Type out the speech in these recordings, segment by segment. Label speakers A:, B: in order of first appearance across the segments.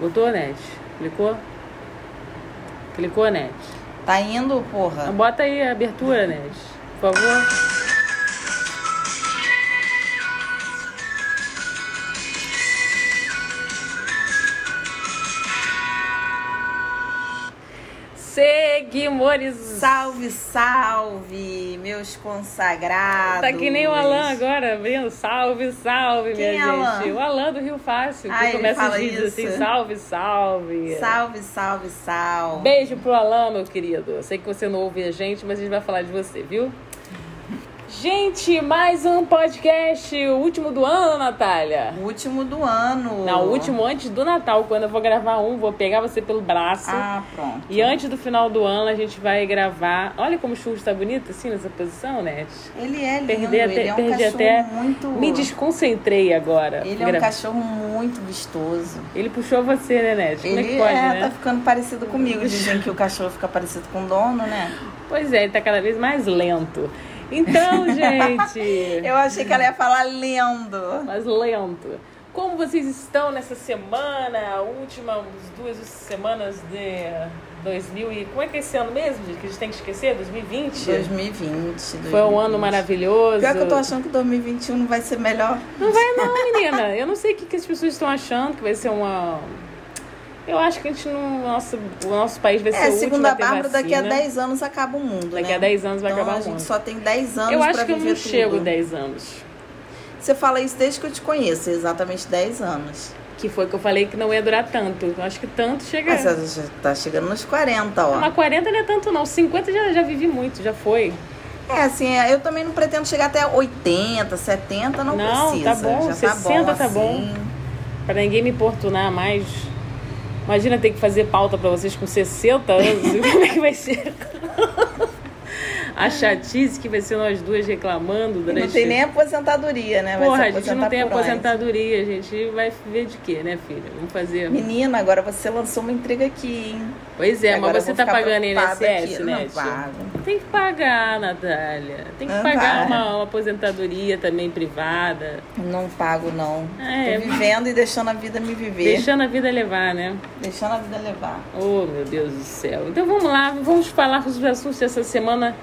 A: Botou, Net? Clicou? Clicou, Net? Ah,
B: Tá indo, porra?
A: Bota aí a abertura, Net. Por favor. Seguimores.
B: Salve, salve, meus consagrados.
A: Tá que nem o Alan agora, abrindo. Salve, salve,
B: Quem
A: minha
B: é Alan?
A: gente. O Alan do Rio Fácil, que
B: Ah, ele
A: começa os
B: fala
A: vídeos
B: isso?
A: assim, salve, salve.
B: Salve, salve, salve.
A: Beijo pro Alan, meu querido. Eu sei que você não ouve a gente, mas a gente vai falar de você, viu? Gente, mais um podcast, o último do ano, Natália.
B: Último do ano.
A: Não, o último antes do Natal, quando eu vou gravar um, vou pegar você pelo braço.
B: Ah, pronto.
A: E antes do final do ano, a gente vai gravar. Olha como o Churros tá bonito assim nessa posição, Net.
B: Ele é lindo,
A: Perdi até-
B: ele é um
A: perdi
B: cachorro
A: até-
B: muito...
A: Me desconcentrei agora.
B: Uhum. Ele é um
A: Gra-
B: cachorro muito vistoso.
A: Ele puxou você, né, Net? Como é
B: ele
A: que pode,
B: é,
A: né?
B: tá ficando parecido comigo. Dizem que o cachorro fica parecido com o dono, né?
A: Pois é, ele tá cada vez mais lento. Então, gente.
B: Eu achei que ela ia falar lindo.
A: mais lento. Como vocês estão nessa semana? A última, as duas semanas de 2000 e... Como é que é esse ano mesmo, gente? Que a gente tem que esquecer? 2020?
B: 2020.
A: Foi um ano
B: 2020.
A: maravilhoso.
B: Pior que eu tô achando que 2021 não vai ser melhor.
A: Não vai não, menina. Eu não sei o que, que as pessoas estão achando que vai ser uma. Eu acho que a gente não. Nosso, o nosso país vai ser
B: É,
A: o último
B: segundo a
A: ter
B: Bárbara, daqui a
A: vacina.
B: 10 anos acaba o mundo,
A: Daqui
B: né?
A: a 10 anos vai
B: então,
A: acabar
B: a
A: o
B: gente
A: mundo.
B: só tem 10 anos
A: Eu
B: pra
A: acho que eu
B: viver
A: não chego
B: tudo.
A: 10 anos.
B: Você fala isso desde que eu te conheço, exatamente 10 anos.
A: Que foi que eu falei que não ia durar tanto. Eu acho que tanto chega.
B: Mas você já tá chegando nos 40, ó.
A: É. Mas 40 não é tanto, não. 50 já, já vivi muito, já foi.
B: É, assim, é, eu também não pretendo chegar até 80, 70, não,
A: Não,
B: precisa.
A: tá bom,
B: já
A: 60
B: tá
A: tá
B: bom.
A: bom.
B: assim.
A: Pra ninguém me importunar mais. Imagina ter que fazer pauta pra vocês com 60 anos. Como é que vai ser? A chatice que vai ser nós duas reclamando
B: E
A: durante
B: Não tem nem aposentadoria, né? Vai
A: Porra,
B: se
A: a gente não
B: aposentar
A: tem
B: por onde?
A: aposentadoria, a gente vai viver de quê, né, filha? Vamos fazer.
B: Menina, agora você lançou uma intriga aqui, hein?
A: Pois é,
B: Agora eu
A: mas você
B: vou
A: tá
B: ficar
A: pagando INSS,
B: preocupada aqui.
A: né?
B: Não
A: tia?
B: pago.
A: Tem que pagar, Natália. Tem que
B: Não
A: pagar
B: vai.
A: uma, uma aposentadoria também privada.
B: Não pago, não.
A: É,
B: Tô vivendo e deixando a vida me viver.
A: deixando a vida levar, né?
B: Deixando a vida levar.
A: Oh, meu Deus do céu. Então vamos lá, vamos falar sobre os assuntos dessa semana,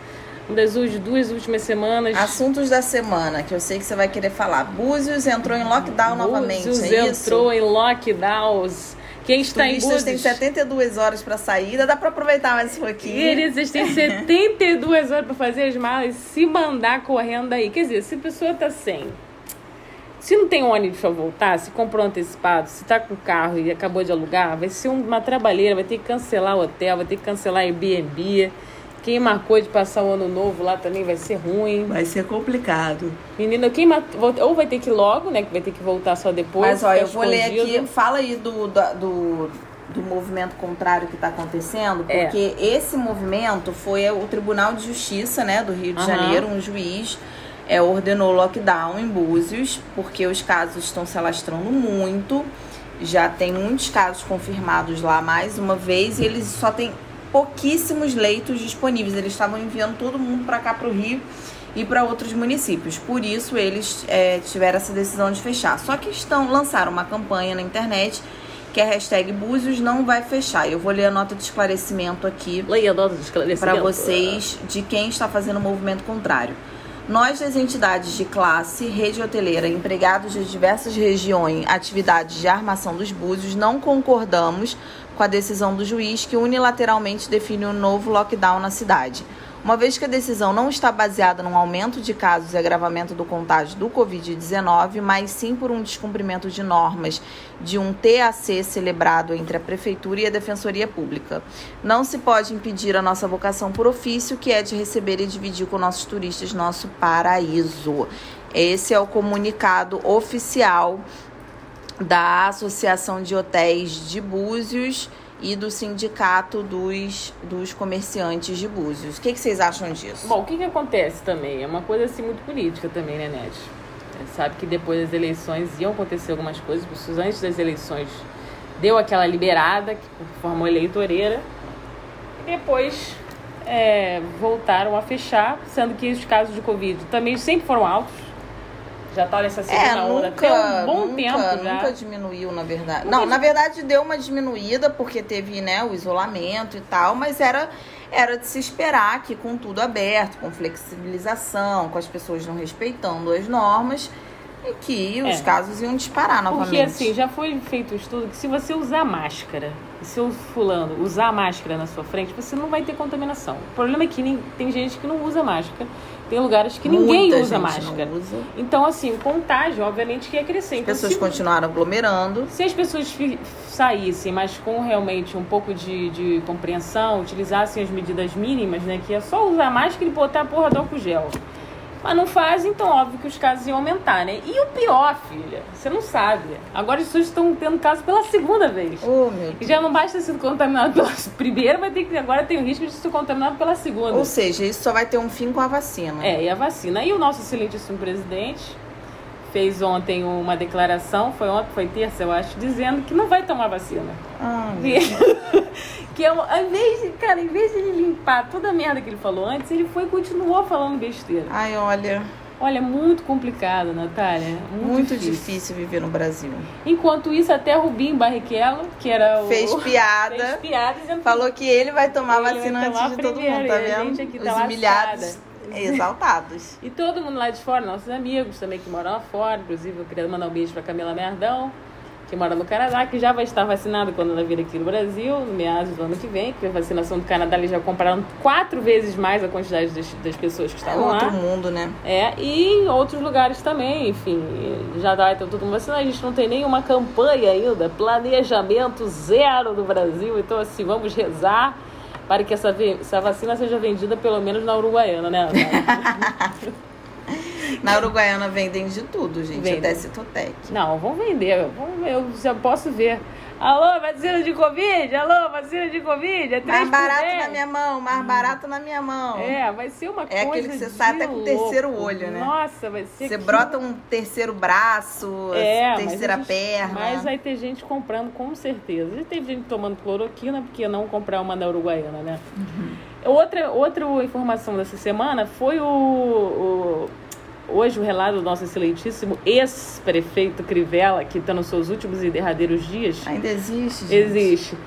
A: das u- duas últimas semanas.
B: Assuntos da semana, que eu sei que você vai querer falar. Búzios entrou em lockdown novamente,
A: Búzios
B: é isso?
A: entrou em lockdowns. Quem
B: Os
A: está em Búzios...
B: turistas têm 72 horas pra saída, dá pra aproveitar mais um pouquinho.
A: E eles eles têm 72 horas pra fazer as malas e se mandar correndo aí. Quer dizer, se a pessoa tá sem. Se não tem ônibus pra voltar, se comprou um antecipado, se tá com carro e acabou de alugar, vai ser um, uma trabalheira, vai ter que cancelar o hotel, vai ter que cancelar Airbnb. Quem marcou de passar o ano novo lá também vai ser ruim.
B: Vai ser complicado.
A: Menina, quem matou, ou vai ter que ir logo, né? Que vai ter que voltar só depois.
B: Mas ó,
A: ficar
B: eu vou ler
A: escondido.
B: aqui, fala aí do, da- do, do movimento contrário que está acontecendo,
A: É.
B: porque esse movimento foi o Tribunal de Justiça né, do Rio de
A: Aham.
B: Janeiro, um juiz é, ordenou lockdown em Búzios, porque os casos estão se alastrando muito. Já tem muitos casos confirmados lá mais uma vez, e eles só têm pouquíssimos leitos disponíveis. Eles estavam enviando todo mundo para cá para o Rio e para outros municípios. Por isso eles é, tiveram essa decisão de fechar. Só que estão lançaram uma campanha na internet que é a hashtag Búzios não vai fechar. Eu vou ler a nota de esclarecimento aqui
A: Leia a nota de esclarecimento.
B: para vocês de quem está fazendo o movimento contrário. Nós das entidades de classe, rede hoteleira, empregados de diversas regiões, atividades de armação dos búzios, não concordamos com a decisão do juiz que unilateralmente define um novo lockdown na cidade. Uma vez que a decisão não está baseada num aumento de casos e agravamento do contágio do Covid-19, mas sim por um descumprimento de normas de um TAC celebrado entre a Prefeitura e a Defensoria Pública. Não se pode impedir a nossa vocação por ofício, que é de receber e dividir com nossos turistas nosso paraíso. Esse é o comunicado oficial da Associação de Hotéis de Búzios e do Sindicato dos, dos Comerciantes de Búzios. O que, que vocês acham disso?
A: Bom, o que, que acontece também? É uma coisa assim muito política também, né, Nete? É, Sabe que depois das eleições iam acontecer algumas coisas, porque antes das eleições deu aquela liberada, que formou eleitoreira, e depois é, voltaram a fechar, sendo que os casos de Covid também sempre foram altos. Já tá nessa segunda
B: É,
A: onda.
B: nunca,
A: Tem um bom
B: nunca,
A: tempo já.
B: nunca diminuiu, na verdade.
A: Nunca
B: não, na verdade deu uma diminuída porque teve, né, o isolamento e tal, mas era era de se esperar que com tudo aberto, com flexibilização, com as pessoas não respeitando as normas, e que os
A: É.
B: casos iam disparar novamente.
A: Porque assim, já foi feito um estudo que se você usar máscara, e se o fulano usar a máscara na sua frente, você não vai ter contaminação. O problema é que nem- tem gente que não usa máscara, tem lugares que ninguém
B: Muita
A: usa
B: gente
A: máscara.
B: não usa.
A: Então, assim, o contágio, obviamente, que ia crescer.
B: As
A: Então,
B: pessoas
A: se,
B: continuaram aglomerando.
A: se as pessoas fi- saíssem, mas com realmente um pouco de, de compreensão, utilizassem as medidas mínimas, né? Que é só usar máscara e botar a porra do álcool gel. Mas não faz, então óbvio que os casos iam aumentar, né? E o pior, filha, você não sabe. Agora as pessoas estão tendo caso pela segunda vez.
B: Oh, meu Deus.
A: E já não basta ter sido contaminado pela primeira, vai ter que agora tem o risco de ser contaminado pela segunda.
B: Ou seja, isso só vai ter um fim com a vacina.
A: É, e a vacina. E o nosso excelentíssimo presidente fez ontem uma declaração, foi ontem, foi terça, eu acho, dizendo que não vai tomar vacina.
B: Ai,
A: Que, que é eu, em vez de, cara, em vez de ele limpar toda a merda que ele falou antes, ele foi e continuou falando besteira.
B: ai, olha,
A: Olha, é muito complicado, Natália. É Muito,
B: muito
A: difícil.
B: difícil viver no Brasil.
A: Enquanto isso, até Rubinho Barrichello, que era o.
B: Fez piada.
A: fez piada dizendo que
B: Falou que ele vai tomar
A: Ele vai
B: vacina
A: tomar
B: antes de todo
A: primeiro,
B: mundo, tá
A: e a gente aqui
B: vendo?
A: tá
B: Os
A: lascada.
B: humilhados exaltados.
A: E todo mundo lá de fora, nossos amigos também que moram lá fora, inclusive eu queria mandar um beijo pra Camila Merdão, que mora no Canadá, que já vai estar vacinada quando ela vir aqui no Brasil, no meados do ano que vem, que a vacinação do Canadá eles já compraram quatro vezes mais a quantidade das, das pessoas que
B: É
A: estavam
B: outro
A: lá.
B: mundo, né?
A: É, e em outros lugares também, enfim, já dá então todo mundo vacinado. A gente não tem nenhuma campanha ainda, planejamento zero no Brasil, então assim, vamos rezar para que essa, ve- essa vacina seja vendida pelo menos na Uruguaiana, né? Natália?
B: Na Uruguaiana vendem de tudo, gente.
A: Vendem.
B: Até Citotec.
A: Não, vão vender. vão- Eu já posso ver. Alô, vacina de Covid? Alô, vacina de Covid? É três
B: Mais
A: por
B: barato
A: 10.
B: na minha mão, mais barato na minha mão.
A: É, vai ser uma coisa.
B: É aquele que você
A: de
B: sai até com o terceiro
A: louco.
B: olho, né?
A: Nossa, vai ser.
B: Você
A: que-
B: brota um terceiro braço,
A: É, mas
B: terceira
A: a gente-
B: perna.
A: Mas vai ter gente comprando, com certeza. Já teve gente tomando cloroquina, porque não comprar uma da Uruguaiana, né?
B: Uhum.
A: Outra, outra informação dessa semana foi o, o- Hoje, o relato do nosso excelentíssimo ex-prefeito Crivella, que está nos seus últimos e derradeiros dias.
B: Ainda existe, gente.
A: Existe.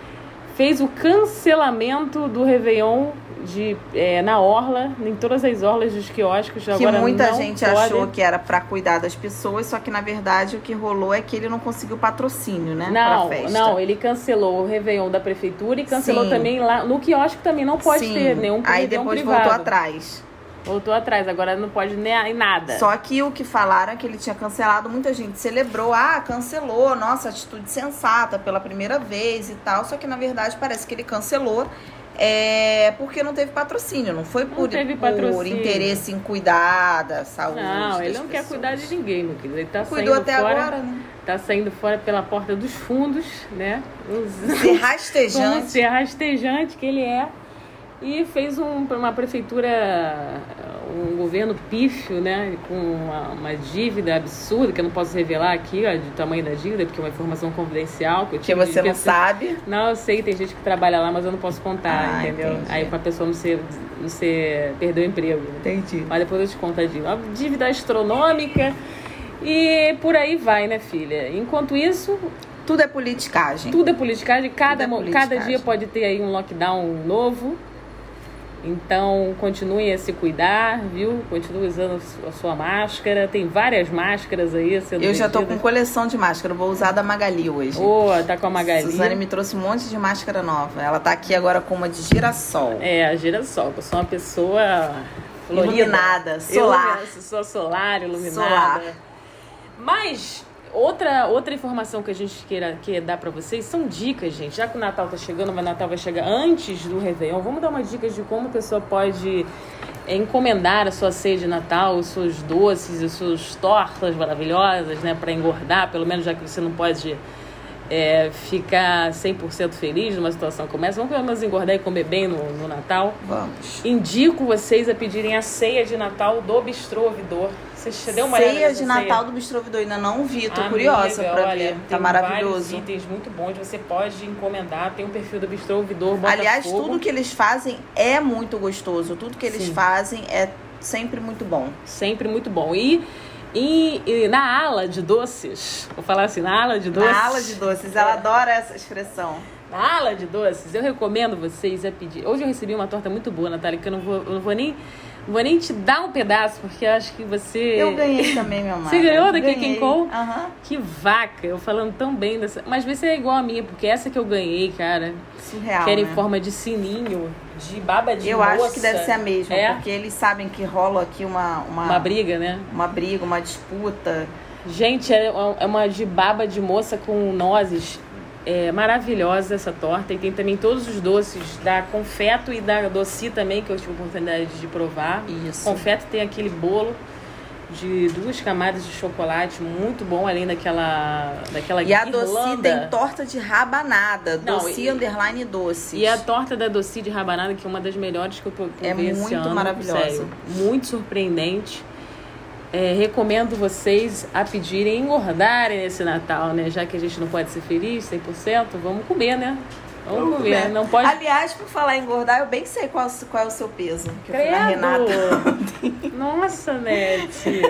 A: Fez o cancelamento do Réveillon de, é, na Orla, em todas as orlas dos quiosques.
B: Que
A: agora
B: muita
A: não
B: gente
A: podem.
B: achou que era pra cuidar das pessoas, só que na verdade o que rolou é que ele não conseguiu patrocínio, né?
A: Não,
B: pra festa.
A: não, ele cancelou o Réveillon da prefeitura e cancelou
B: Sim.
A: também lá. No quiosque também não pode
B: Sim.
A: ter nenhum
B: Aí
A: Réveillon
B: depois
A: privado.
B: voltou atrás.
A: Voltou atrás, agora não pode nem nada.
B: Só que o que falaram é que ele tinha cancelado, muita gente celebrou, ah, cancelou, nossa, atitude sensata pela primeira vez e tal. Só que na verdade parece que ele cancelou é, porque não teve patrocínio, não foi por,
A: teve
B: por
A: patrocínio.
B: interesse em cuidar da saúde.
A: Não, ele
B: das
A: não quer
B: pessoas.
A: cuidar de ninguém, meu querido. Ele tá
B: Cuidou
A: saindo
B: até
A: fora.
B: agora, né?
A: Tá saindo fora pela porta dos fundos, né? Os-
B: Ser
A: como assim?
B: rastejante.
A: ser rastejante que ele é. E fez um- uma prefeitura, um governo pífio, né? Com uma, uma dívida absurda, que eu não posso revelar aqui, ó, de tamanho da dívida, porque é uma informação confidencial que eu
B: Que
A: tive. de
B: você não
A: pessoa-
B: sabe.
A: Não, eu sei, tem gente que trabalha lá, mas eu não posso contar,
B: Ah,
A: entendeu?
B: entendi.
A: Aí pra pessoa não ser, não ser perder o emprego. né?
B: Entendi.
A: Mas depois eu te conto a dívida. Uma dívida astronômica. E por aí vai, né, filha? Enquanto isso,
B: Tudo é politicagem.
A: tudo é politicagem. Cada,
B: é
A: mo-
B: politicagem.
A: cada dia pode ter aí um lockdown novo. Então, continue a se cuidar, viu? Continue usando a sua máscara. Tem várias máscaras aí sendo
B: Eu já tô com
A: vendidas.
B: coleção de máscara, eu vou usar da Magali hoje.
A: Boa, tá com a Magali.
B: Suzane me trouxe um monte de máscara nova. Ela tá aqui agora com uma de girassol.
A: É, a girassol. Eu sou uma pessoa florida.
B: Iluminada, solar.
A: Ilumina- sou solar, iluminada.
B: Solar.
A: Mas outra, outra informação que a gente queira que dar pra vocês são dicas, gente. Já que o Natal tá chegando, mas o Natal vai chegar antes do Réveillon, vamos dar umas dicas de como a pessoa pode é, encomendar a sua ceia de Natal, os seus doces, as suas tortas maravilhosas, né, Pra engordar, pelo menos já que você não pode é, ficar 100% feliz numa situação como essa. Vamos pelo menos engordar e comer bem no- no Natal.
B: Vamos.
A: Indico vocês a pedirem a ceia de Natal do Bistrô Ouvidor. Você já deu uma olhada
B: ceia
A: nessa
B: de Natal do Bistro Vidor, ainda não vi, tô
A: Amiga,
B: curiosa pra
A: olha,
B: ver. Tá
A: tem vários
B: maravilhoso.
A: itens muito bons, você pode encomendar. Tem um perfil do Bistrô Ouvidor, Botafogo.
B: Aliás, tudo que eles fazem é muito gostoso. Tudo que eles
A: Sim.
B: fazem é sempre muito bom.
A: Sempre muito bom. E E, e na ala de doces, vou falar assim, na ala de doces.
B: Na ala de doces, ela adora essa expressão.
A: Na ala de doces, eu recomendo vocês a pedir. Hoje eu recebi uma torta muito boa, Natália, que eu não vou, eu não vou nem. não Vou nem te dar um pedaço, porque eu acho que você.
B: Eu ganhei também, meu amor.
A: Você ganhou da Quem Cole?
B: Aham.
A: Que vaca, eu falando tão bem dessa. Mas vê se é igual a minha, porque essa que eu ganhei, cara,
B: Surreal.
A: que era em
B: né?
A: forma de sininho, de baba de
B: Eu
A: moça.
B: acho que deve ser a mesma,
A: É?
B: porque eles sabem que rola aqui uma, uma,
A: Uma briga, né?
B: uma briga, uma disputa.
A: Gente, é uma- é uma de baba de moça com nozes. É maravilhosa essa torta. E tem também todos os doces da Confeto e da Doci também, que eu tive a oportunidade de provar.
B: Isso.
A: Confeto tem aquele bolo de duas camadas de chocolate muito bom, além daquela daquela
B: E a Doci
A: guirlanda.
B: tem torta de rabanada,
A: Não,
B: doci
A: e-
B: underline doces.
A: E a torta da Doci de rabanada, que é uma das melhores que eu provei
B: É
A: esse
B: muito
A: ano.
B: maravilhosa.
A: sério. muito surpreendente. É, recomendo vocês a pedirem engordarem nesse Natal, né? Já que a gente não pode ser feliz 100%, vamos comer, né? Vamos,
B: Vamos
A: comer.
B: comer.
A: Não pode...
B: Aliás, por falar em engordar, eu bem sei qual, qual é o seu peso. Que eu fui na Renata.
A: Credo! Nossa, Nete!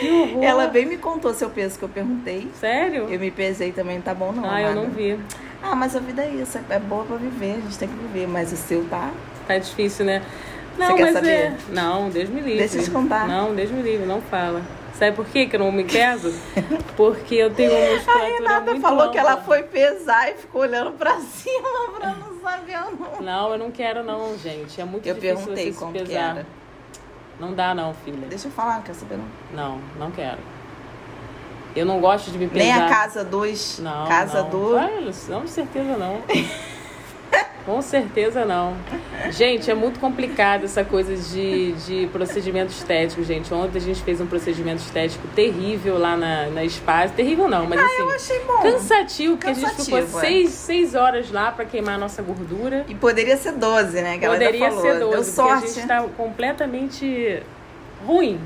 A: que horror!
B: Ela bem me contou seu peso que eu perguntei.
A: Sério?
B: Eu me pesei também, não tá bom não.
A: ah, eu não
B: amada.
A: vi.
B: Ah, mas a vida é isso, é- é boa pra viver, a gente tem que viver, mas o seu tá.
A: Tá difícil, né? Não,
B: Você quer
A: mas
B: saber?
A: é. Não, Deus me livre.
B: Deixa eu te contar.
A: Não, Deus me livre, não fala. Sabe por quê que eu não me peso? Porque eu tenho uma musculatura
B: A Renata
A: muito
B: falou que
A: ampla.
B: ela foi pesar e ficou olhando pra cima pra não saber o número.
A: Não, eu não quero não, gente. É muito
B: Eu
A: difícil
B: perguntei
A: você se
B: como que
A: pesar.
B: era.
A: Não dá não, filha.
B: Deixa eu falar, não quer saber não.
A: Não, não quero. Eu não gosto de me pesar.
B: Nem a casa 2.
A: Não,
B: Casa
A: não.
B: do.
A: Ah, não, com certeza não. com certeza não. Gente, é muito complicado essa coisa de, de procedimento estético, gente. Ontem a gente fez um procedimento estético terrível lá na, na Spa. Terrível não, mas assim...
B: Ah, Eu achei bom.
A: Cansativo, porque a gente
B: Cansativo,
A: ficou
B: é.
A: seis, seis horas lá pra queimar a nossa gordura.
B: E poderia ser 12, né? Que ela ainda
A: Poderia
B: falou.
A: ser 12,
B: Deu
A: porque a
B: sorte.
A: gente tá completamente ruim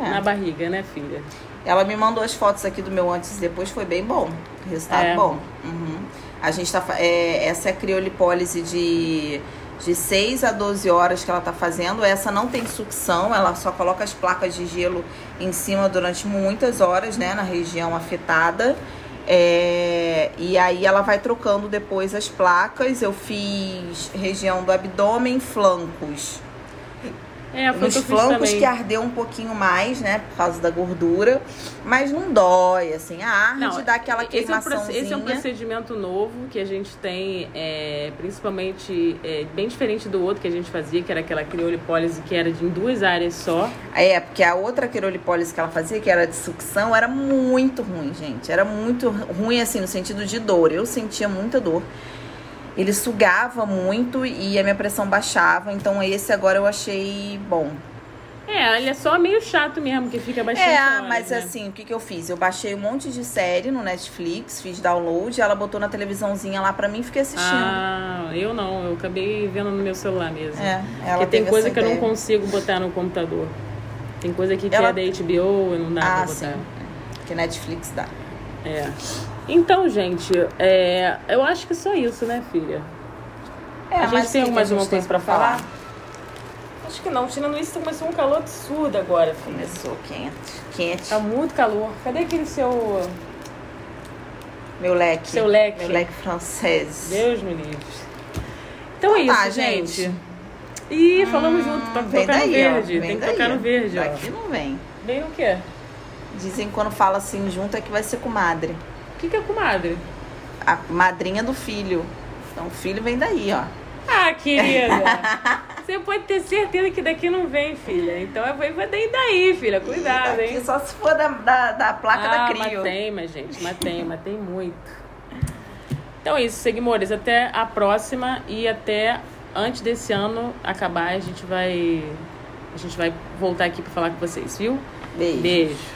B: É.
A: na barriga, né, filha?
B: Ela me mandou as fotos aqui do meu antes e depois, foi bem bom. Resultado
A: É.
B: bom. Uhum. A gente tá. fa- é, essa é a criolipólise de, de 6 a 12 horas que ela tá fazendo. Essa não tem sucção, ela só coloca as placas de gelo em cima durante muitas horas, né? Na região afetada. É, e aí ela vai trocando depois as placas. Eu fiz região do abdômen, flancos.
A: É, foi o
B: Nos
A: que eu fiz
B: flancos
A: também.
B: que ardeu um pouquinho mais, né? Por causa da gordura. Mas não dói, assim. A arde
A: Não,
B: dá aquela
A: Esse é, um, proce-
B: queimaçãozinha.
A: esse é um procedimento novo que a gente tem, é, principalmente é, bem diferente do outro que a gente fazia, que era aquela criolipólise que era de em duas áreas só.
B: É, porque a outra quirolipólise que ela fazia, que era de sucção, era muito ruim, gente. Era muito ruim, assim, no sentido de dor. Eu sentia muita dor. Ele sugava muito e a minha pressão baixava. Então esse agora eu achei bom.
A: É, ele é só meio chato mesmo, que fica bastante.
B: É,
A: horas,
B: mas
A: né?
B: assim, o que, que eu fiz? Eu baixei um monte de série no Netflix, fiz download, ela botou na televisãozinha lá pra mim e fiquei assistindo.
A: Ah, eu não, eu acabei vendo no meu celular mesmo.
B: É, ela
A: Porque tem
B: teve
A: coisa
B: essa
A: que eu não
B: ideia.
A: consigo botar no computador. Tem coisa aqui que
B: Ela-
A: é da HBO e não dá pra
B: Ah,
A: botar.
B: sim. Que Netflix dá.
A: É. Então, gente, é, eu acho que é só isso, né, filha?
B: É,
A: assim, a gente
B: mas o que
A: tem
B: que a
A: mais
B: gente
A: uma
B: tem
A: coisa pra falar? Acho que não. Tirando isso, começou um calor absurdo agora, filha.
B: Começou quente. Quente.
A: Tá muito calor. Cadê aquele seu.
B: Meu leque.
A: Seu leque.
B: Meu leque francês.
A: Deus me livre. Então é isso,
B: Então tá,
A: gente.
B: gente.
A: E falamos junto, pra
B: Hum, vem
A: tocar
B: daí,
A: no verde.
B: ó. Vem
A: Tem que
B: daí.
A: tocar no verde, ó.
B: Daqui não vem.
A: Vem o quê?
B: Dizem que quando fala assim junto é que vai ser comadre.
A: O que, que é comadre?
B: A madrinha do filho. Então o filho vem daí, ó.
A: Ah, querida! Você pode ter certeza que daqui não vem, filha. Então eu vou eu vou daí daí, filha. Cuidado,
B: Daqui
A: hein?
B: Só se for da, da, da placa
A: ah,
B: da Crio.
A: matei, mas gente, matei, matei muito. Então é isso, seguimores. Até a próxima e até antes desse ano acabar, a gente vai a gente vai voltar aqui pra falar com vocês, viu?
B: Beijo.
A: Beijo.